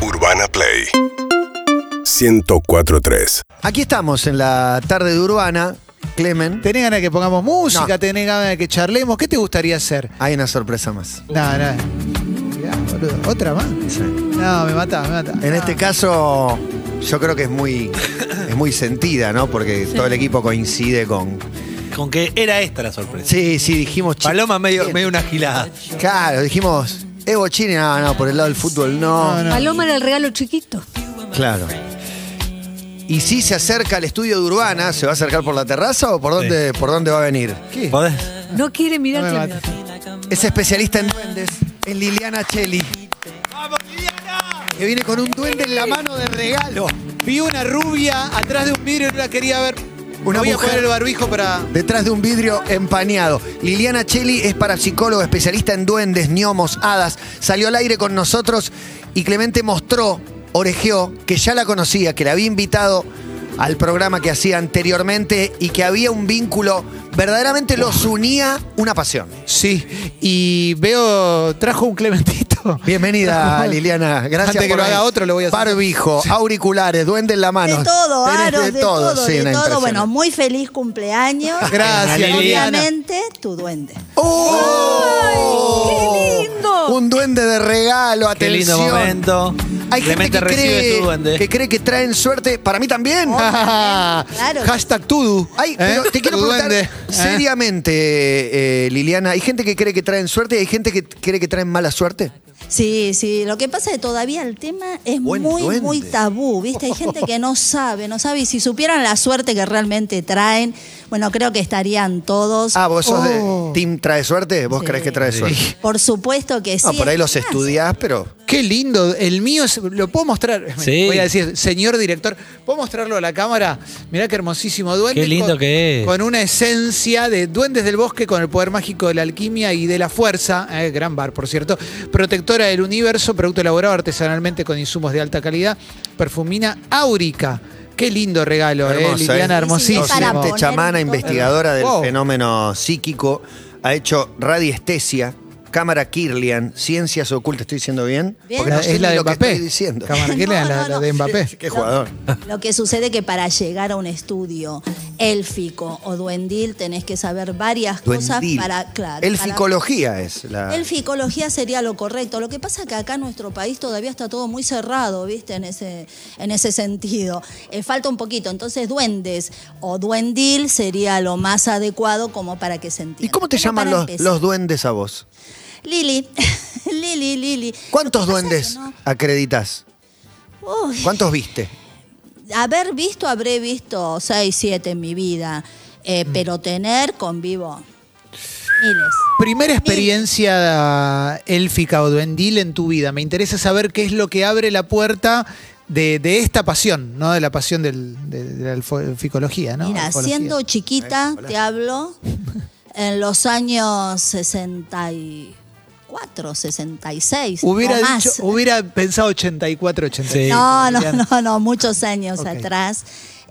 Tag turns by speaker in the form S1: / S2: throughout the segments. S1: Urbana Play 104.3
S2: Aquí estamos en la tarde de Urbana, Clemen.
S3: ¿Tenés ganas de que pongamos música?
S2: No.
S3: ¿Tenés ganas de que charlemos? ¿Qué te gustaría hacer?
S2: Hay una sorpresa más.
S3: No, no. Mirá, boludo. ¿Otra más? No, me mata, me mata.
S2: En este caso, yo creo que es muy, es muy sentida, ¿no? Porque todo el equipo coincide con.
S4: Con que era esta la sorpresa.
S2: Sí, sí, dijimos. chi-
S4: Paloma medio, medio una gilada.
S2: Claro, dijimos. Evo Chini, no, no, por el lado del fútbol, no.
S3: No,
S5: Paloma era el regalo chiquito.
S2: Claro. Y si se acerca al estudio de Urbana, ¿se va a acercar por la terraza o por dónde, por dónde va a venir?
S3: ¿Qué? No
S4: ¿Podés?
S5: No quiere
S3: me
S5: mirar
S3: mates.
S2: Es especialista en duendes, es Liliana Cheli. ¡Vamos, Liliana! Que viene con un duende en la mano de regalo.
S3: Vi una rubia atrás de un vidrio y no la quería ver.
S2: Una
S3: Una voy a
S2: mujer.
S3: poner el barbijo para.
S2: Detrás de un vidrio empañado. Liliana Cheli es parapsicóloga, especialista en duendes, gnomos, hadas. Salió al aire con nosotros y Clemente mostró, orejeó, que ya la conocía, que la había invitado al programa que hacía anteriormente y que había un vínculo, verdaderamente los unía una pasión.
S3: Sí. Y veo. Trajo un clementito.
S2: Bienvenida
S3: Trajo-
S2: Liliana, gracias
S3: Antes que
S2: por
S3: lo haga
S2: venir.
S3: otro, lo voy a hacer.
S2: Barbijo, auriculares, duende en la mano.
S6: De todo,
S2: Ah, Tenés
S6: aros, de, todo,
S2: sí,
S6: de
S2: una
S6: todo.
S2: impresión.
S6: Bueno, muy feliz cumpleaños.
S3: Gracias, Liliana.
S6: Obviamente, tu duende.
S2: ¡Oh!
S5: ¡Ay, qué lindo!
S2: Un duende de regalo,
S4: Qué lindo
S2: atención.
S4: momento.
S2: Hay gente
S4: Clemente
S2: que
S4: recibe
S2: cree,
S4: tu duende.
S2: que cree que traen suerte. Para mí también.
S6: Oh, Claro.
S3: Hashtag Tudu.
S2: Ay,
S3: ¿Eh?
S2: pero te quiero preguntar
S3: Duende. ¿Eh?
S4: Ah.
S2: seriamente, eh, Liliana. ¿Hay gente que cree que traen suerte y hay gente que cree que traen mala suerte?
S6: Sí, sí. Lo que pasa es que todavía el tema es
S2: Buen
S6: muy,
S2: duende.
S6: muy tabú. ¿Viste? Hay gente que no sabe, no sabe. Y si supieran la suerte que realmente traen, bueno, creo que estarían todos.
S2: Ah, vos sos
S3: Oh.
S2: de Team Trae Suerte. ¿Vos
S6: Sí.
S2: crees que trae suerte?
S6: Por supuesto que sí.
S2: Ah, por ahí los
S6: es más,
S2: estudiás, pero.
S3: Qué lindo. El mío, es- ¿lo puedo mostrar?
S4: Sí.
S3: Voy a decir, señor director, ¿puedo mostrarlo a la cámara? Mirá qué hermosísimo duende.
S4: Qué lindo
S3: con-
S4: que es.
S3: Con una esencia de duendes del bosque con el poder mágico de la alquimia y de la fuerza. eh, gran bar, por cierto. Protectora del universo, producto elaborado artesanalmente con insumos de alta calidad. Perfumina áurica. Qué lindo regalo, eh,
S2: Hermosa,
S3: Liliana,
S2: ¿eh?
S3: hermosísimo.
S6: Sí, sí, para
S2: Docente,
S6: poner
S2: chamana,
S6: todo.
S2: investigadora del
S3: Wow.
S2: fenómeno psíquico, ha hecho radiestesia, cámara Kirlian, ciencias ocultas. ¿Estoy diciendo bien?
S6: Bien.
S2: Porque no sé
S3: es la
S2: ni
S3: de
S2: lo que
S3: Mbappé.
S2: estoy diciendo.
S3: Cámara, ¿qué
S6: No,
S3: le da la,
S6: no,
S3: la
S6: no.
S3: de Mbappé?
S2: Qué jugador.
S6: Lo que sucede que para llegar a un estudio élfico o duendil tenés que saber varias
S2: Duendil.
S6: cosas para, claro,
S2: El
S6: para-
S2: psicología es la.
S6: El ficología sería lo correcto. Lo que pasa es que acá en nuestro país todavía está todo muy cerrado, ¿viste? En ese, en ese sentido. Eh, falta un poquito. Entonces, duendes o duendil sería lo más adecuado como para que se entienda.
S2: ¿Y cómo te
S6: Como
S2: llaman
S6: para
S2: los,
S6: empezar.
S2: los duendes a vos?
S6: Lili. Lili, Lili.
S2: ¿Cuántos
S6: Lo que pasa es
S2: duendes
S6: que
S2: acreditas?
S6: no- Uy,
S2: ¿Cuántos viste?
S6: haber visto, habré visto seis, siete en mi vida.
S3: Mm.
S6: Eh, Pero tener convivo miles.
S3: Primera experiencia élfica o duendil en tu vida. Me interesa saber qué es lo que abre la puerta de, de esta pasión, ¿no? De la pasión del- de, de la elfo- elficología, ¿no? Eh,
S6: Mira,
S3: Elfología.
S6: siendo chiquita, te hablo, en los años 64, 66.
S3: Hubiera,
S6: o más.
S3: dicho- hubiera pensado 84, 86.
S6: No, no,
S3: Liliana.
S6: no, no, muchos años
S3: Ok.
S6: atrás.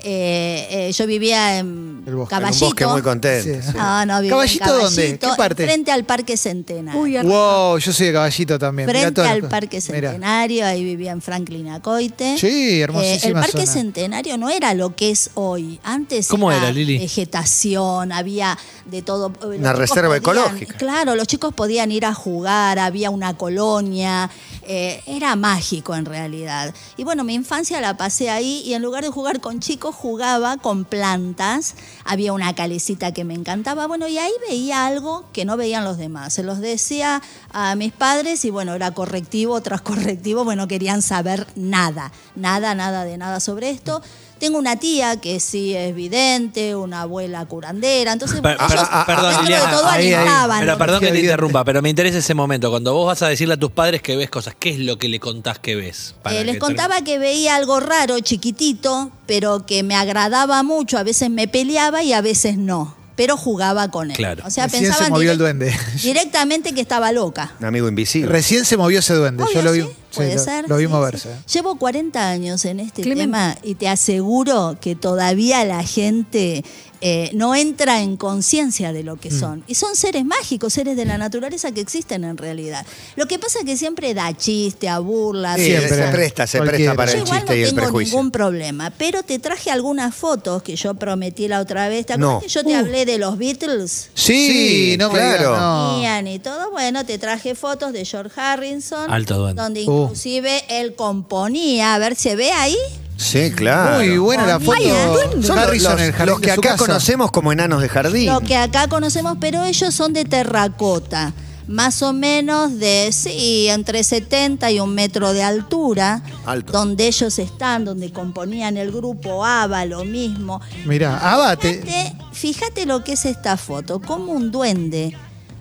S6: Eh, eh, yo vivía en
S3: El bosque, en un
S2: En un
S6: Caballito. Ah.
S2: bosque muy contento.
S3: Sí.
S2: sí.
S6: No, no, vivía
S3: ¿Caballito
S6: en
S3: dónde?
S6: Caballito,
S3: ¿Qué parte?
S6: Frente al Parque Centenario.
S5: Uy, ar-
S3: Wow, yo soy de caballito también. Mirá
S6: Frente
S3: todas las
S6: al
S3: cosas.
S6: Parque
S3: Mirá.
S6: Centenario, ahí vivía en Franklin Acoite. Eh,
S3: Sí, hermosísima
S6: el Parque
S3: zona.
S6: Centenario no era lo que es hoy. Antes
S4: ¿Cómo era, Lili?
S6: vegetación, había de todo. Los
S2: Una
S6: chicos
S2: reserva
S6: podían-
S2: ecológica.
S6: Claro, los chicos podían ir a jugar, había una colonia. eh, era mágico en realidad. Y bueno, mi infancia la pasé ahí y en lugar de jugar con chicos, jugaba con plantas. Había una calecita que me encantaba. Bueno, y ahí veía algo que no veían los demás. Se los decía a mis padres y bueno, era correctivo tras correctivo. Bueno, querían saber nada, nada, nada de nada sobre esto. Tengo una tía que sí es vidente, una abuela curandera. Entonces,
S4: Per-
S3: Ah,
S6: bueno,
S4: per-
S6: ellos
S4: perdón,
S6: dentro
S4: Liliana.
S6: de ah, todo
S3: Ahí, ahí.
S6: alentaban.
S4: Pero
S6: ¿no?
S4: perdón que te
S3: Evidente.
S4: interrumpa, pero me interesa ese momento. Cuando vos vas a decirle a tus padres que ves cosas, ¿qué es lo que le contás que ves? Para
S6: Eh, les
S4: que
S6: contaba que veía algo raro, chiquitito, pero que me agradaba mucho. A veces me peleaba y a veces no. Pero jugaba con él.
S4: Claro.
S6: O sea,
S3: Recién
S6: pensaban
S3: se movió
S6: direct-
S3: el duende.
S6: directamente que estaba loca.
S2: Un amigo invisible.
S3: Recién se movió ese duende.
S6: Obvio,
S3: yo lo vi.
S6: sí.
S3: Sí,
S6: ¿Puede
S3: lo-
S6: ser?
S3: lo vimos
S6: Sí,
S3: verse,
S6: sí.
S3: ¿eh?
S6: Llevo 40 años en este
S1: Clemente.
S6: tema y te aseguro que todavía la gente eh, no entra en conciencia de lo que son. Y son seres mágicos, seres de la naturaleza que existen en realidad. Lo que pasa es que siempre da chiste, a burla,
S2: Sí,
S3: Siempre.
S2: Eh, se presta, se
S3: Cualquiera.
S2: presta para
S6: yo
S2: el
S6: igual
S2: chiste
S6: no
S2: y el
S6: tengo
S2: prejuicio.
S6: ningún problema, pero te traje algunas fotos que yo prometí la otra vez. ¿Te acuerdas
S2: No.
S6: que yo te hablé de los Beatles?
S3: Sí,
S2: Sí,
S3: no me digas,
S2: claro.
S3: no.
S6: Ian y todo. Bueno, te traje fotos de George Harrison.
S4: Alto duende.
S6: Donde
S3: Uh.
S6: inclusive él componía. A ver, ¿se ve ahí?
S2: Sí, claro.
S3: Muy buena la foto.
S1: Ay, ¿dónde?
S2: Son los,
S3: Harrison en el
S2: los-
S3: jardín
S2: los que
S3: de su
S2: acá
S3: casa.
S2: conocemos como enanos de jardín.
S6: Lo que acá conocemos, pero ellos son de terracota. Más o menos de, sí, entre 70 y un metro de altura.
S2: Alto.
S6: Donde ellos están, donde componían el grupo ABBA, lo mismo.
S3: Mirá, abate.
S6: Fíjate, fíjate lo que es esta foto. Como un duende,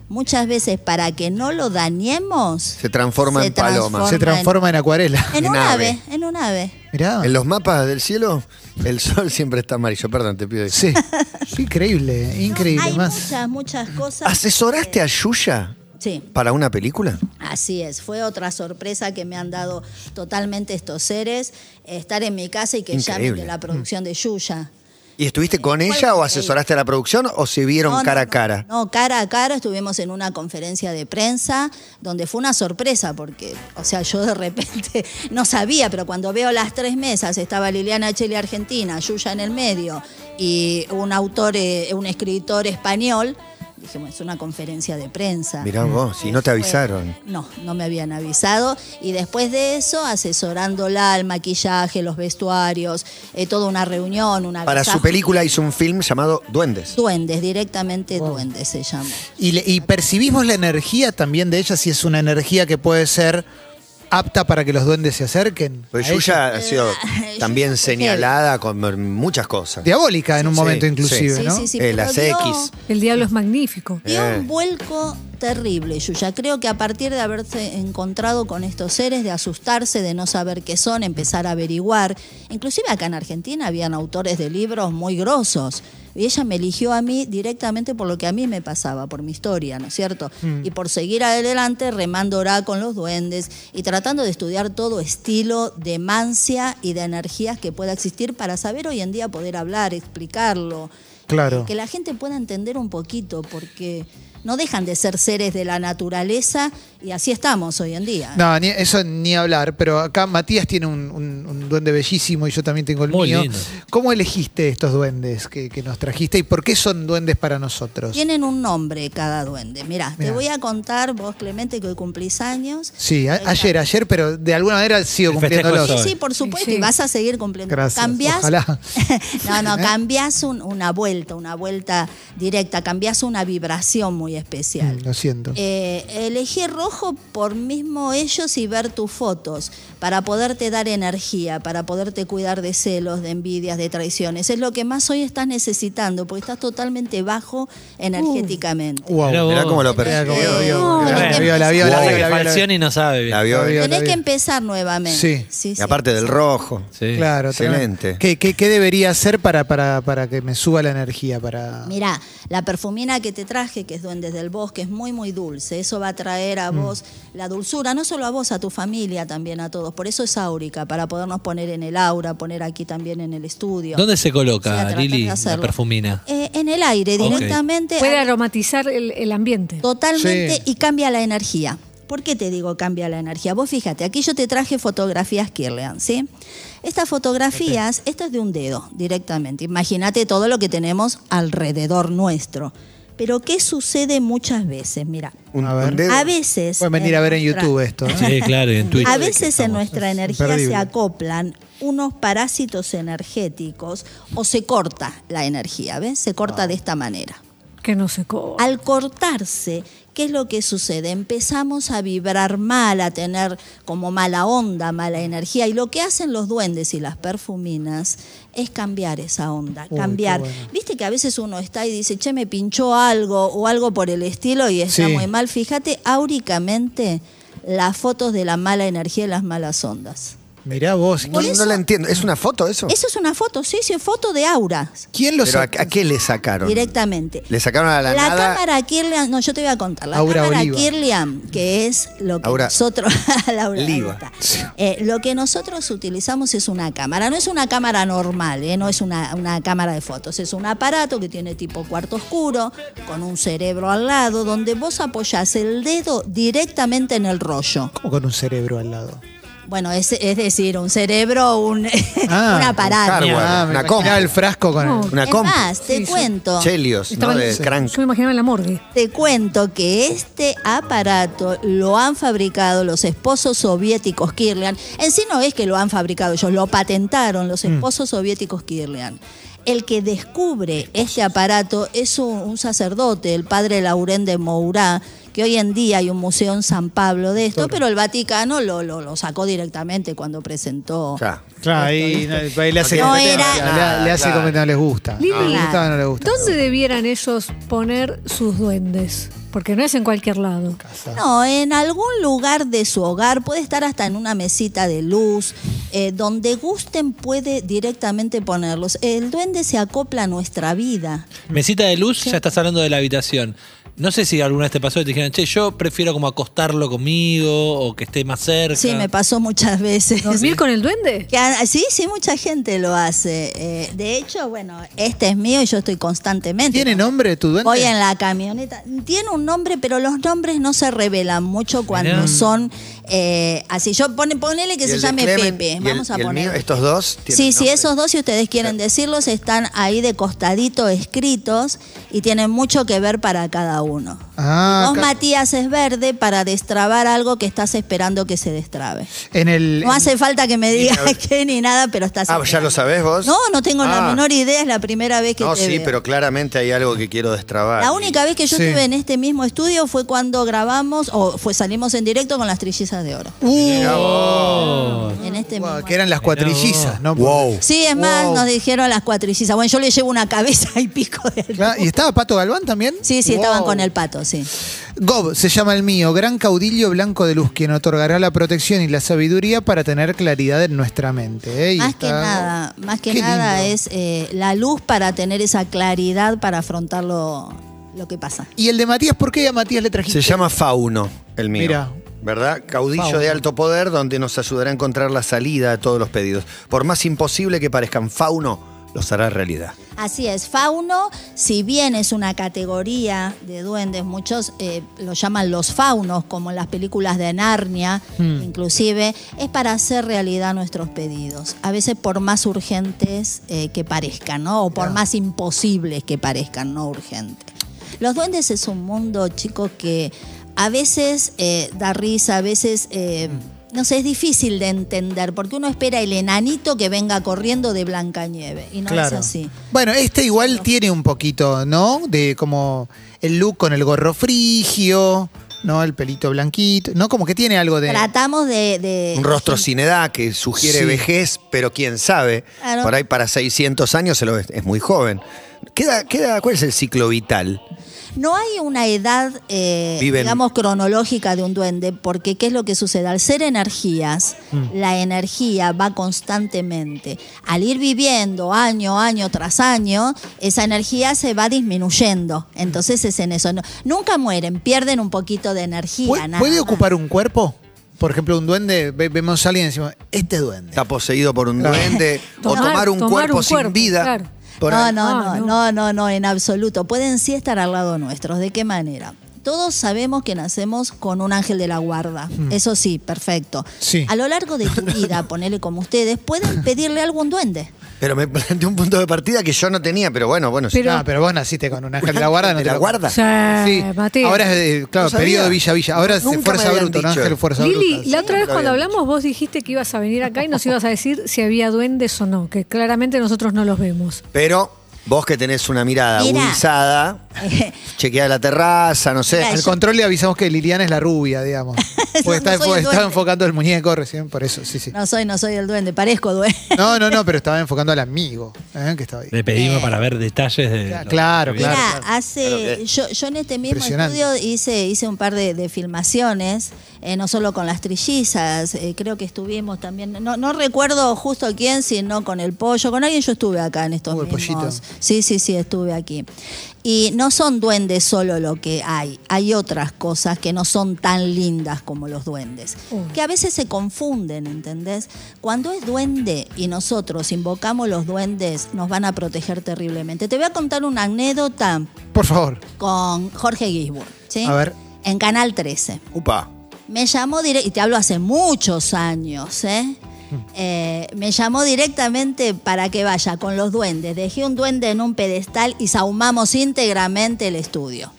S6: muchas veces para que no lo dañemos,
S2: Se transforma
S6: Se
S2: en paloma.
S3: Se transforma en acuarela.
S6: en
S2: En
S6: un
S2: ave.
S6: ave, en un ave.
S3: Mirá.
S2: En los mapas del cielo, el sol siempre está amarillo. Perdón, te pido.
S3: Sí. Qué increíble, increíble.
S6: Hay
S3: más.
S6: muchas, muchas cosas.
S2: ¿Asesoraste a Yuya
S6: Sí,
S2: para una película?
S6: así es. Fue otra sorpresa que me han dado totalmente estos seres. eh, Estar en mi casa y que llamen
S2: Increíble.
S6: de la producción de Yuya.
S2: ¿Y estuviste con
S6: ¿Cuál
S2: ella o
S6: fue?
S2: asesoraste a la producción o se vieron
S6: No, no,
S2: cara a
S6: no,
S2: cara?
S6: No, cara a cara estuvimos en una conferencia de prensa donde fue una sorpresa porque, o sea, yo de repente no sabía, pero cuando veo las tres mesas, estaba Liliana Chile Argentina, Yuya en el medio y un autor, eh, un escritor español, dije, bueno, es una conferencia de prensa.
S2: Mirá vos, si no te
S6: Fue-
S2: avisaron.
S6: No, no me habían avisado. Y después de eso, asesorándola al maquillaje, los vestuarios, eh, toda una reunión, una
S2: Para su película hizo un film llamado Duendes.
S6: Duendes, directamente duendes se llama.
S3: Y, le- y percibimos la energía también de ella, si es una energía que puede ser apta para que los duendes se acerquen.
S2: Pues
S3: a ella.
S2: Yuya ha sido
S6: Yuya
S2: también
S6: fue
S2: señalada con muchas cosas.
S3: Diabólica en un
S2: Sí,
S3: momento
S2: sí,
S3: inclusive,
S6: Sí,
S3: ¿no?
S6: sí, sí.
S2: Eh,
S6: pero
S2: las
S6: dio-
S2: X.
S1: El diablo es magnífico.
S6: Dio
S2: Eh.
S6: un vuelco terrible, Yuya. Creo que a partir de haberse encontrado con estos seres, de asustarse, de no saber qué son, empezar a averiguar. Inclusive acá en Argentina habían autores de libros muy grosos. Y ella me eligió a mí directamente por lo que a mí me pasaba, por mi historia, ¿no es cierto? Y por seguir adelante remando orá con los duendes y tratando de estudiar todo estilo de mancia y de energías que pueda existir para saber hoy en día poder hablar, explicarlo.
S3: Claro.
S6: Que la gente pueda entender un poquito, porque no dejan de ser seres de la naturaleza y así estamos hoy en día.
S3: No, ni- eso ni hablar, pero acá Matías tiene un, un- un duende bellísimo y yo también tengo el
S4: Muy
S3: mío.
S4: lindo.
S3: ¿Cómo elegiste estos duendes que, que nos trajiste y por qué son duendes para nosotros?
S6: Tienen un nombre cada duende. Mirá,
S3: Mirá.
S6: te voy a contar vos, Clemente, que hoy cumplís años.
S3: Sí, a-
S6: Ahí está.
S3: ayer, ayer, pero de alguna manera sigo
S4: El festejo
S3: cumpliéndolo.
S4: es hoy.
S6: Sí, sí, por supuesto,
S1: Sí.
S6: y vas a seguir cumpliendo.
S3: Gracias,
S6: Cambiás-
S3: ojalá. ¿Eh?
S6: no, no, cambias una vuelta, una vuelta directa, cambias una vibración muy especial.
S3: Mm, Lo siento.
S6: Eh, elegí rojo por mismo ellos y ver tus fotos, para poderte dar energía, para poderte cuidar de celos, de envidias, de traiciones. Es lo que más hoy estás necesitando, porque estás totalmente bajo energéticamente.
S3: Wow.
S4: Mirá vos.
S2: Mirá cómo lo
S3: Mirá cómo lo
S2: percibió.
S3: vio,
S6: No,
S3: mirá,
S6: no
S3: la
S6: te
S3: vio, la vio, la
S4: Pasa
S3: vio,
S4: que
S3: la vio, la vio.
S4: Falcioni no sabe. bien.
S2: La vio.
S3: La vio.
S6: Tenés que empezar nuevamente.
S3: Sí.
S2: Y aparte del rojo.
S4: Sí.
S3: Claro,
S2: Excelente.
S3: ¿Qué, qué, qué debería hacer para, para, para que me suba la energía? Para...
S6: Mirá, la perfumina que te traje, que es Duendes del Bosque, es muy, muy dulce. Eso va a traer a
S3: Mm.
S6: vos la dulzura, no solo a vos, a tu familia también, a todos. Por eso es áurica, para podernos poner en el aura, poner aquí también en el estudio.
S4: ¿Dónde se
S6: O sea,
S4: coloca,
S6: tratar de
S4: Lili, la
S6: hacerlo.
S4: perfumina?
S6: Eh, en el aire,
S4: Ok.
S6: directamente.
S1: Puede
S6: al-
S1: aromatizar el, el ambiente.
S6: Totalmente
S3: Sí.
S6: y cambia la energía. ¿Por qué te digo cambia la energía? Vos fíjate, aquí yo te traje fotografías Kirlean, ¿sí? Estas fotografías, esto es de un dedo directamente. Imagínate todo lo que tenemos alrededor nuestro. Pero ¿qué sucede muchas veces? Mira,
S2: Un,
S3: A ver.
S2: un dedo.
S6: a veces...
S3: Pueden venir a ver en
S6: nuestra-
S3: YouTube esto. ¿eh?
S4: Sí, claro, y en Twitch.
S6: a veces en nuestra
S3: es
S6: energía
S3: imperdible.
S6: se acoplan unos parásitos energéticos o se corta la energía, ¿ves? Se
S4: Ah.
S6: corta de esta manera.
S1: Que no se co.
S6: Al cortarse, ¿qué es lo que sucede? Empezamos a vibrar mal, a tener como mala onda, mala energía. Y lo que hacen los duendes y las perfuminas es cambiar esa onda,
S3: Uy,
S6: cambiar.
S3: qué bueno.
S6: Viste que a veces uno está y dice, che, me pinchó algo o algo por el estilo y está
S3: Sí.
S6: muy mal. Fíjate, áuricamente, las fotos de la mala energía y las malas ondas.
S3: Mirá vos.
S2: No,
S6: Por
S2: no
S6: eso-
S2: la entiendo. ¿Es una foto eso?
S6: Eso es una foto, sí, sí, foto de auras.
S3: ¿Quién lo
S2: ¿Pero a,
S3: saca?
S2: a qué le sacaron?
S6: Directamente.
S2: ¿Le sacaron a la,
S6: La
S2: nada?
S6: cámara Kirlian, no, yo te voy a contar. La
S3: Aura
S6: cámara
S3: Oliva.
S6: Kirlian, que es lo que
S2: Aura
S6: nosotros. la Aura
S2: Oliva.
S6: Oliva. Eh, lo que nosotros utilizamos es una cámara. No es una cámara normal, eh, no es una, una cámara de fotos. Es un aparato que tiene tipo cuarto oscuro, con un cerebro al lado, donde vos apoyás el dedo directamente en el rollo.
S3: Como con un cerebro al lado.
S6: Bueno, es, es decir, un cerebro, un,
S3: Ah,
S6: un aparato.
S2: hardware.
S3: Ah, me
S2: Una
S3: imaginaba
S2: compu.
S3: el frasco con
S1: No.
S3: el-
S2: Una
S6: Es
S2: compu.
S6: más, te
S1: Sí, sí.
S6: cuento.
S2: Chelios,
S1: Estaba
S2: ¿no?
S1: en-
S2: De crank.
S1: Yo me imaginaba en la morgue.
S6: Te cuento que este aparato lo han fabricado los esposos soviéticos Kirlian. En sí no es que lo han fabricado ellos, lo patentaron los esposos soviéticos Kirlian. El que descubre este aparato es un, un sacerdote, el padre Laurent de Mourá, que hoy en día hay un museo en San Pablo de esto, pero el Vaticano lo, lo, lo sacó directamente cuando presentó.
S2: Ya.
S3: Claro, ahí, no, ahí le hace
S6: No
S3: competencia,
S6: era-
S3: le, le hace
S2: Ah, Claro.
S3: competencia, no les gusta.
S1: Lili,
S3: No les gusta o no les gusta.
S1: ¿Dónde debieran ellos poner sus duendes? Porque no es en cualquier lado.
S6: No, en algún lugar de su hogar, puede estar hasta en una mesita de luz, eh, donde gusten puede directamente ponerlos. El duende se acopla a nuestra vida.
S4: Mesita de luz, ya estás hablando de la habitación. No sé si alguna vez te pasó y te dijeron, che, yo prefiero como acostarlo conmigo o que esté más cerca.
S6: Sí, me pasó muchas veces.
S1: ¿Dormir con el duende?
S6: Que a- Sí, sí, mucha gente lo hace. Eh, de hecho, bueno, este es mío y yo estoy constantemente.
S3: ¿Tiene nombre tu duende?
S6: Voy en la camioneta. Tiene un nombre, pero los nombres no se revelan mucho cuando
S4: Mirá.
S6: son eh, así. Yo pone, ponele que
S2: ¿Y
S6: se
S2: el de
S6: llame
S2: Clement y
S6: Pepe.
S2: el-
S6: Vamos
S2: y
S6: a
S2: el mío?
S6: poner.
S2: ¿Estos dos?
S6: Sí,
S2: tienen
S6: sí,
S2: nombre?
S6: esos dos, si ustedes quieren decirlos, están ahí de costadito escritos y tienen mucho que ver para cada uno.
S3: Ah,
S6: Vos,
S3: ca-
S6: Matías, es verde para destrabar algo que estás esperando que se destrabe.
S3: en el.
S6: No hace falta que me digas
S2: a ver.
S6: qué ni nada, pero estás.
S2: Ah, ¿ya
S6: esperando.
S2: lo sabés vos?
S6: No, no tengo la
S2: Ah.
S6: menor idea, es la primera vez que
S2: No,
S6: te
S2: sí,
S6: veo.
S2: pero claramente hay algo que quiero destrabar.
S6: La única vez que yo
S3: Sí.
S6: estuve en este mismo estudio fue cuando grabamos o fue salimos en directo con las trillizas de oro.
S3: Uh.
S6: En este
S3: Guau,
S6: mismo
S3: que eran las cuatrillizas, ¿no?
S2: Wow.
S6: Sí, es más,
S3: Wow.
S6: nos dijeron las cuatrillizas. Bueno, yo le llevo una cabeza y pico de altura.
S3: Claro, ¿Y estaba Pato Galván también?
S6: Sí, sí,
S3: Wow.
S6: estaban con el pato, sí.
S3: Gob se llama el mío, gran caudillo blanco de luz, quien otorgará la protección y la sabiduría para tener claridad en nuestra mente. ¿eh? Y
S6: Más
S3: está-
S6: que nada, más que
S3: Qué
S6: nada
S3: lindo.
S6: es eh, la luz para tener esa claridad para afrontar lo, lo que pasa.
S3: ¿Y el de Matías? ¿Por qué a Matías le trajiste?
S2: Se llama Fauno, el mío.
S3: Mirá.
S2: ¿Verdad? Caudillo de alto poder donde nos ayudará a encontrar la salida a todos los pedidos. Por más imposible que parezcan, Fauno los hará realidad.
S6: Así es, fauno, si bien es una categoría de duendes, muchos eh, lo llaman los faunos, como en las películas de Narnia, inclusive, es para hacer realidad nuestros pedidos, a veces por más urgentes eh, que parezcan, ¿no? O por más imposibles que parezcan, no urgentes. Los duendes es un mundo, chicos, que a veces eh, da risa, a veces... eh, no sé, es difícil de entender porque uno espera el enanito que venga corriendo de Blancanieve y no
S3: Claro.
S6: es así.
S3: Bueno, este igual tiene un poquito, ¿no? De como el look con el gorro frigio, ¿no? El pelito blanquito, ¿no? Como que tiene algo de.
S6: Tratamos de. de-
S2: Un rostro sin edad que sugiere
S3: Sí.
S2: vejez, pero quién sabe.
S6: Claro.
S2: Por ahí para 600 años se lo es, es muy joven. Queda, queda, ¿Cuál es el ciclo vital?
S6: No hay una edad, eh,
S2: Viven.
S6: digamos, cronológica de un duende, porque ¿qué es lo que sucede? Al ser energías, la energía va constantemente. Al ir viviendo año, año tras año, esa energía se va disminuyendo. Entonces es en eso. No- nunca mueren, pierden un poquito de energía.
S3: ¿Puede,
S6: nada
S3: puede
S6: más.
S3: ocupar un cuerpo? Por ejemplo, un duende, ve- vemos a alguien y decimos, este duende.
S2: Está poseído por un duende o
S1: Tomar-
S2: tomar un
S1: tomar
S2: cuerpo
S1: un
S2: sin
S1: cuerpo,
S2: vida.
S1: claro.
S2: Por
S6: no,
S2: ahí.
S6: no,
S1: Ah,
S6: no,
S1: no.
S6: no, no, no, en absoluto. Pueden sí estar al lado nuestros. ¿De qué manera? Todos sabemos que nacemos con un ángel de la guarda. Eso sí, perfecto.
S3: Hmm. Sí.
S6: A lo largo de tu vida, ponele como ustedes, pueden pedirle algo a un duende.
S2: Pero me planteó un punto de partida que yo no tenía, pero bueno, bueno. sí.
S1: Pero-
S3: no, Ah, pero vos naciste con un ángel de la guarda. No
S2: ¿De
S3: te
S2: la
S3: lo-
S2: guarda?
S1: Sí,
S3: Sí,
S1: Matías.
S3: ahora es, eh,
S2: No
S3: claro,
S2: sabía.
S3: periodo Villa Villa. Ahora es
S2: Nunca
S3: de
S2: me
S3: fuerza
S2: habían
S3: bruta, un
S2: dicho.
S3: ángel fuerza
S1: Lili,
S3: bruta.
S1: la otra vez
S2: lo
S1: cuando
S2: habían
S1: hablamos vos dijiste que ibas a venir acá y nos ibas a decir si había duendes o no, que claramente nosotros no los vemos.
S2: Pero vos que tenés una mirada
S6: Mira.
S2: agudizada, chequea la terraza, no sé.
S6: Mira,
S3: Al
S6: yo-
S3: control le avisamos que Liliana es la rubia, digamos.
S6: No,
S3: Porque está-
S6: no soy
S3: porque
S6: el
S3: estaba
S6: duende.
S3: enfocando el muñeco recién, por eso, sí, sí.
S6: No soy, no soy el duende, parezco duende.
S3: No, no, no, pero estaba enfocando al amigo eh, que estaba ahí.
S4: Le pedimos para ver detalles de.
S3: Claro,
S4: lo-
S3: claro.
S6: Mira,
S3: claro.
S6: hace yo, yo en este mismo
S3: Impresionante.
S6: estudio hice hice un par de, de filmaciones, eh, no solo con las trillizas, eh, creo que estuvimos también, no, no recuerdo justo quién, sino con el pollo, con alguien yo estuve acá en estos
S3: Uh, el pollito.
S6: mismos. Sí, sí, sí, estuve aquí. Y no son duendes solo lo que hay, hay otras cosas que no son tan lindas como los duendes, que a veces se confunden, ¿entendés? Cuando es duende y nosotros invocamos los duendes, nos van a proteger terriblemente. Te voy a contar una anécdota
S3: Por favor.
S6: con Jorge Gisburg, ¿sí?
S3: A ver.
S6: En Canal 13.
S2: Upa.
S6: Me llamó directamente, y te hablo hace muchos años, ¿eh? Eh, me llamó directamente para que vaya con los duendes. Dejé un duende en un pedestal y sahumamos íntegramente el estudio.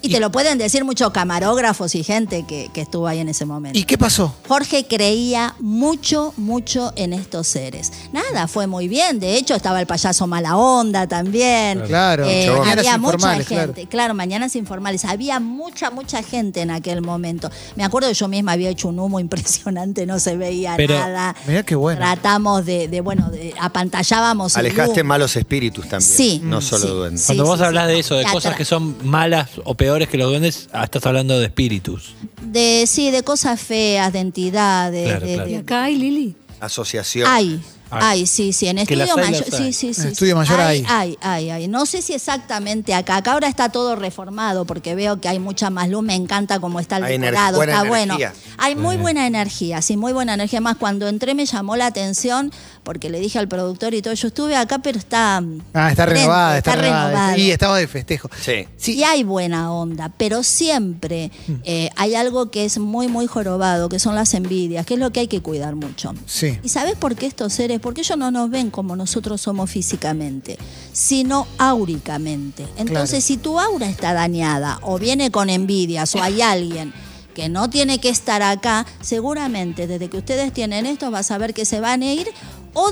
S6: Y, te lo pueden decir muchos camarógrafos y gente que, que estuvo ahí en ese momento.
S3: ¿Y qué pasó?
S6: Jorge creía mucho, mucho en estos seres. Nada, fue muy bien. De hecho, estaba el payaso mala onda también.
S3: Claro,
S6: Eh,
S3: chabón.
S6: había
S3: Mañanas
S6: mucha
S3: informales,
S6: gente.
S3: claro.
S6: Claro. mañanas informales. Había mucha, mucha gente en aquel momento. Me acuerdo que yo misma había hecho un humo impresionante, no se veía
S4: Pero,
S6: nada.
S3: mirá qué bueno.
S6: Tratamos de, de, bueno, de- apantallábamos. el
S2: Alejaste
S6: humo.
S2: malos espíritus también.
S6: uh. Sí.
S2: No
S6: Mm,
S2: solo
S6: sí.
S2: duendes.
S6: Sí.
S4: Cuando vos hablás de eso, de
S6: Te
S4: cosas
S6: atra-
S4: que son malas o peores que los duendes, ah, estás hablando de espíritus.
S6: De, sí, de cosas feas, de entidades.
S4: Claro,
S6: de-
S4: claro.
S6: de-
S1: Y acá hay Lili.
S2: Asociación.
S6: Hay,
S4: Hay.
S6: hay, sí, sí. En
S4: Que las
S6: estudio
S4: hay,
S6: mayor,
S4: las
S6: sí,
S4: hay.
S6: sí, sí,
S3: En
S6: sí.
S3: estudio mayor hay.
S6: Hay, hay, hay. No sé si exactamente acá. Acá ahora está todo reformado porque veo que hay mucha más luz. Me encanta cómo está el
S2: Hay energ-
S6: decorado.
S2: buena
S6: Está
S2: energía.
S6: bueno. Hay muy buena energía, sí, muy buena energía. Más cuando entré me llamó la atención porque le dije al productor y todo. Yo estuve acá, pero está.
S3: Ah, está
S6: diferente,
S3: renovada, está, renovada.
S6: renovado.
S3: Y estamos de festejo.
S2: Sí.
S6: Y hay buena onda, pero siempre
S3: Mm.
S6: eh, hay algo que es muy, muy jorobado, que son las envidias, que es lo que hay que cuidar mucho.
S3: Sí.
S6: ¿Y sabes por qué estos seres? Porque ellos no nos ven como nosotros somos físicamente, sino áuricamente. Entonces,
S3: Claro.
S6: si tu aura está dañada o viene con envidias o hay alguien que no tiene que estar acá, seguramente desde que ustedes tienen esto vas a ver que se van a ir o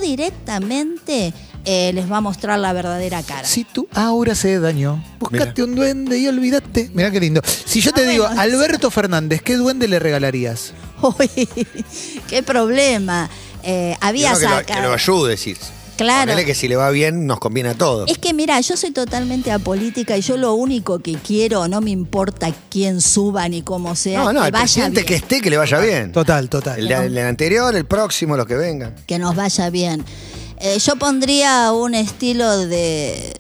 S6: directamente eh, les va a mostrar la verdadera cara.
S3: Si tu aura se dañó, buscate un duende y olvídate. Mirá qué lindo. Si yo
S6: Ah,
S3: te digo,
S6: bueno.
S3: Alberto Fernández, ¿qué duende le regalarías?
S6: Uy, qué problema. Eh, había
S2: Yo creo que, lo,
S6: sacado-
S2: que lo ayude, decís.
S6: Claro. Este
S2: Ponele que si le va bien, nos conviene a todos.
S6: Es que mira, yo soy totalmente apolítica y yo lo único que quiero, no me importa quién suba ni cómo sea,
S2: no, no,
S6: que
S2: el
S6: vaya
S2: presidente
S6: bien.
S2: que
S6: Que...
S2: esté, que le vaya bien.
S3: Total, total.
S2: El, de- el anterior, el próximo, los que vengan.
S6: nos vaya bien. Eh, yo pondría un estilo de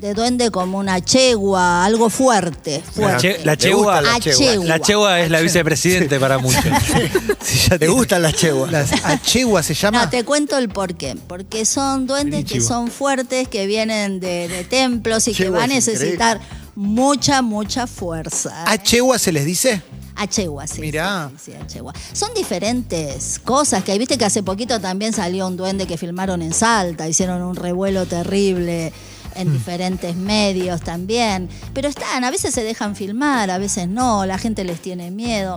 S6: de duende como una chegua, algo fuerte,
S4: La,
S6: fuerte.
S4: che- la
S2: Le
S4: chegua,
S2: gusta la
S6: Ah,
S2: chegua.
S6: chegua.
S4: la chegua es la vicepresidente para muchos.
S3: Si ya
S2: ¿Te gustan las cheguas?
S3: Las acheguas se llama.
S6: No, te cuento el porqué. Porque son duendes que
S4: Konnichiwa.
S6: son fuertes, que vienen de, de templos y que
S2: Chegua
S6: va a
S2: es
S6: necesitar mucha, mucha fuerza.
S3: ¿Achegua se les dice?
S6: Achegua, sí.
S3: Mirá.
S6: Sí, sí, Achegua. Son diferentes cosas que hay. Viste que hace poquito también salió un duende que filmaron en Salta, hicieron un revuelo terrible en diferentes medios también. Pero están, a veces se dejan filmar, a veces no, la gente les tiene miedo.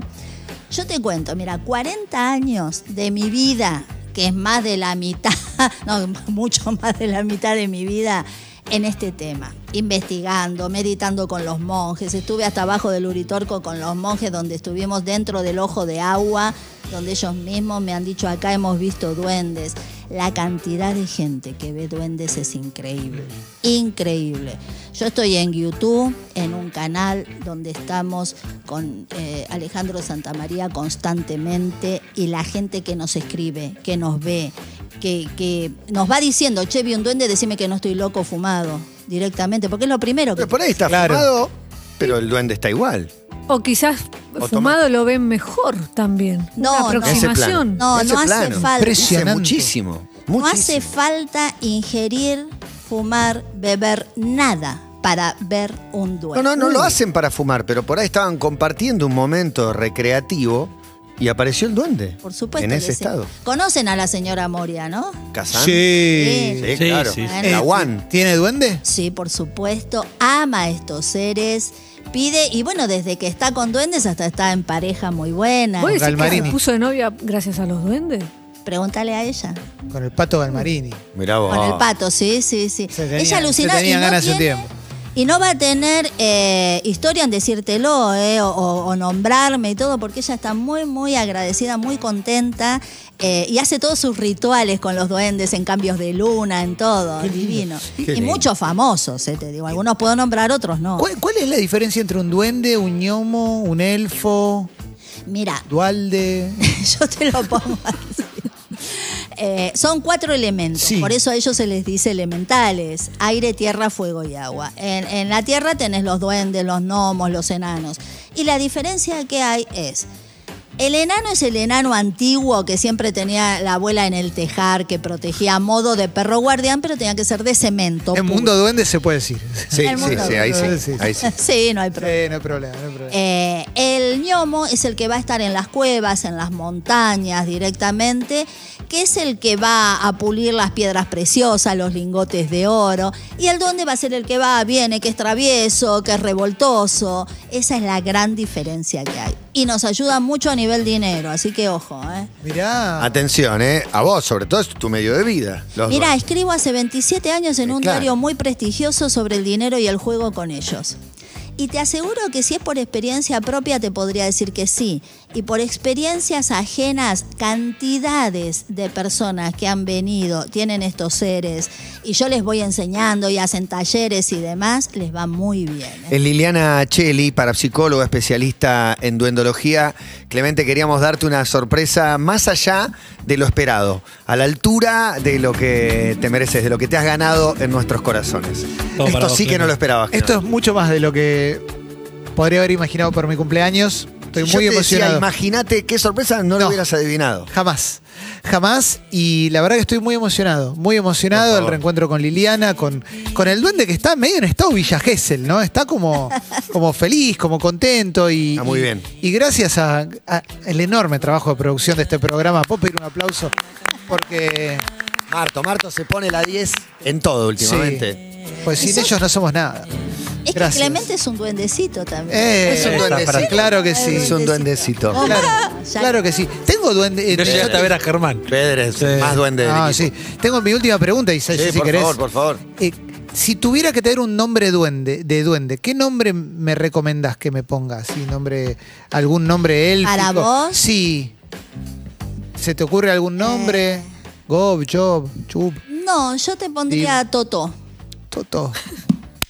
S6: Yo te cuento, mira, 40 años de mi vida, que es más de la mitad, no, mucho más de la mitad de mi vida en este tema, investigando, meditando con los monjes. Estuve hasta abajo del Uritorco con los monjes, donde estuvimos dentro del ojo de agua, donde ellos mismos me han dicho, acá hemos visto duendes. La cantidad de gente que ve duendes es increíble, increíble. Yo estoy en YouTube, en un canal donde estamos con eh, Alejandro Santamaría constantemente y la gente que nos escribe, que nos ve, que, que nos va diciendo, che, vi un duende, decime que no estoy loco fumado directamente, porque es lo primero que...
S2: Pero por ahí está
S3: Claro.
S2: fumado, pero el duende está igual.
S1: O quizás
S2: O
S1: fumado lo ven mejor también.
S6: No, no.
S1: Una aproximación.
S6: No, no hace falta.
S3: Impresionante.
S2: Dice muchísimo.
S6: No hace
S2: muchísimo.
S6: falta ingerir, fumar, beber nada para ver un
S2: No,
S6: duende.
S2: no, no lo hacen para fumar, pero por ahí estaban compartiendo un momento recreativo y apareció el duende.
S6: Por supuesto.
S2: En
S6: que
S2: ese
S6: sí.
S2: estado.
S6: ¿Conocen a la señora Moria, no?
S2: Kazan.
S6: Sí.
S2: Sí,
S4: Sí,
S2: claro.
S4: sí,
S6: sí.
S2: La
S3: Eh,
S2: One.
S3: ¿Tiene duende?
S6: Sí, por supuesto. Ama a estos seres. Pide, y bueno, desde que está con duendes hasta está en pareja muy buena.
S1: ¿Vos decís que
S3: Galmarini.
S1: se puso de novia gracias a los duendes?
S6: Pregúntale a ella.
S3: Con el pato Galmarini.
S2: Mirá vos. Oh.
S6: Con el pato, sí, sí, sí.
S3: Se tenían-
S6: ella alucinaba.
S3: se tenían
S6: y no
S3: ganas hace
S6: tiene-
S3: tiempo.
S6: Y no va a tener eh, historia en decírtelo eh, o, o- o nombrarme y todo, porque ella está muy, muy agradecida, muy contenta eh, y hace todos sus rituales con los duendes en cambios de luna, en todo. divino.
S3: Qué
S6: y
S3: lindo.
S6: muchos famosos, eh, te digo. Algunos puedo nombrar, otros no.
S3: ¿Cuál, cuál es la diferencia entre un duende, un gnomo, un elfo,
S6: Mira,
S3: dualde?
S6: yo te lo pongo así. Eh, son cuatro elementos,
S3: Sí.
S6: por eso a ellos se les dice elementales, aire, tierra, fuego y agua. En, en la tierra tenés los duendes, los gnomos, los enanos. Y la diferencia que hay es, el enano es el enano antiguo que siempre tenía la abuela en el tejar, que protegía a modo de perro guardián, pero tenía que ser de cemento.
S3: En
S6: puro.
S3: mundo duende se puede decir.
S2: Sí,
S6: El
S2: sí,
S6: mundo.
S2: sí, ahí sí. Ahí sí.
S6: Sí, no hay problema.
S3: Sí, no hay problema, no hay problema.
S6: Eh, el gnomo es el que va a estar en las cuevas, en las montañas directamente, que es el que va a pulir las piedras preciosas, los lingotes de oro, y el duende va a ser el que va, viene, que es travieso, que es revoltoso. Esa es la gran diferencia que hay. Y nos ayuda mucho a nivel dinero, así que ojo. ¿eh?
S3: Mirá.
S2: Atención, ¿eh? A vos, sobre todo, es tu medio de vida. Los
S6: Mira,
S2: dos.
S6: escribo hace 27 años en
S2: Eh,
S6: un
S2: claro.
S6: diario muy prestigioso sobre el dinero y el juego con ellos. Y te aseguro que si es por experiencia propia te podría decir que sí. Y por experiencias ajenas, cantidades de personas que han venido, tienen estos seres, y yo les voy enseñando y hacen talleres y demás, les va muy bien. ¿eh?
S2: Es Liliana Cheli, parapsicóloga especialista en duendología. Clemente, queríamos darte una sorpresa más allá de lo esperado, a la altura de lo que te mereces, de lo que te has ganado en nuestros corazones.
S4: Todo para
S2: Esto
S4: vos,
S2: sí que
S4: Clemente.
S2: no lo esperabas.
S3: Esto es mucho más de lo que podría haber imaginado por mi cumpleaños. Estoy muy
S2: Yo te decía,
S3: emocionado.
S2: Imagínate qué sorpresa no, lo
S3: No.
S2: hubieras adivinado.
S3: Jamás, jamás. Y la verdad que estoy muy emocionado, muy
S2: Por
S3: emocionado el
S2: favor.
S3: reencuentro con Liliana, con, con el duende que está medio en estado Villa Gesell, ¿no? Está como, como feliz, como contento y...
S2: Ah, muy
S3: y-
S2: bien.
S3: Y, gracias a, a el enorme trabajo de producción de este programa, puedo pedir un aplauso porque...
S2: Marto, Marto se pone la 10 en todo últimamente.
S3: sí, pues sin ellos no somos nada.
S6: Es que
S3: gracias.
S6: Clemente es un duendecito también.
S3: Eh,
S2: Es un
S4: Esa
S2: duendecito.
S4: frase.
S3: Claro que sí.
S2: Es un duendecito.
S6: Oh,
S3: Claro,
S6: ya.
S3: claro que sí. Tengo duende... eh,
S4: No llegaste a ver a Germán.
S2: Pedres,
S4: Sí.
S2: más duende. del
S3: Ah,
S2: equipo.
S3: sí. Tengo mi última pregunta, Isai,
S2: Sí,
S3: si
S2: por
S3: querés.
S2: favor, por favor.
S3: Eh, si tuviera que tener un nombre duende, de duende, ¿qué nombre me recomendás que me ponga? ¿Sí, nombre, ¿Algún nombre élfico?
S6: ¿Para vos?
S3: Sí. ¿Se te ocurre algún nombre?
S6: Eh.
S3: Gob, Job, Chub,
S6: No, yo te pondría Toto.
S3: Toto.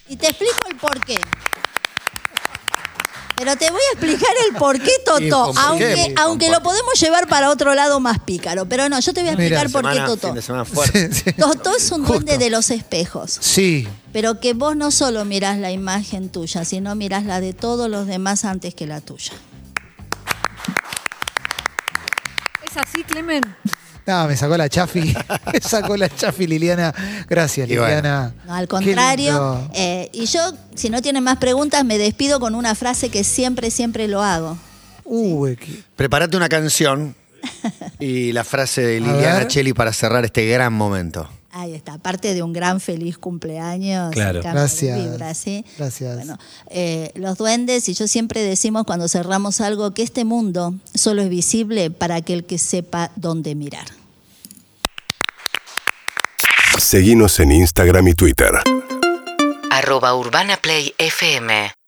S6: Y te explico el porqué. Pero te voy a explicar el porqué, Toto.
S2: con por qué,
S6: aunque
S2: con
S6: aunque
S2: por
S6: lo podemos llevar para otro lado más pícaro. Pero no, yo te voy a
S3: Mira,
S6: explicar por qué,
S2: Semana,
S6: Toto.
S2: fin de semana fuerte.
S6: Toto es un duende de los espejos.
S3: Sí.
S6: Pero que vos no solo mirás la imagen tuya, sino mirás la de todos los demás antes que la tuya.
S1: ¿Es así, Clemen?
S3: No, me sacó la chafi. me sacó la chafi, Liliana. Gracias,
S2: Y bueno.
S3: Liliana.
S6: No, al
S3: Qué
S6: contrario.
S3: lindo.
S6: eh, y yo, si no tienen más preguntas, me despido con una frase que siempre, siempre lo hago.
S3: Uy, qué-
S2: Prepárate una canción y la frase de
S3: A
S2: Liliana
S3: ver.
S2: Cheli para cerrar este gran momento.
S6: Ahí está, aparte de un gran feliz cumpleaños.
S4: Claro.
S6: Ricardo,
S3: Gracias.
S6: de vibra, ¿sí?
S3: Gracias.
S6: Bueno, eh, los duendes, y yo siempre decimos cuando cerramos algo, que este mundo solo es visible para aquel que sepa dónde mirar.
S5: Seguinos en Instagram y Twitter.
S7: arroba urbanaplayfm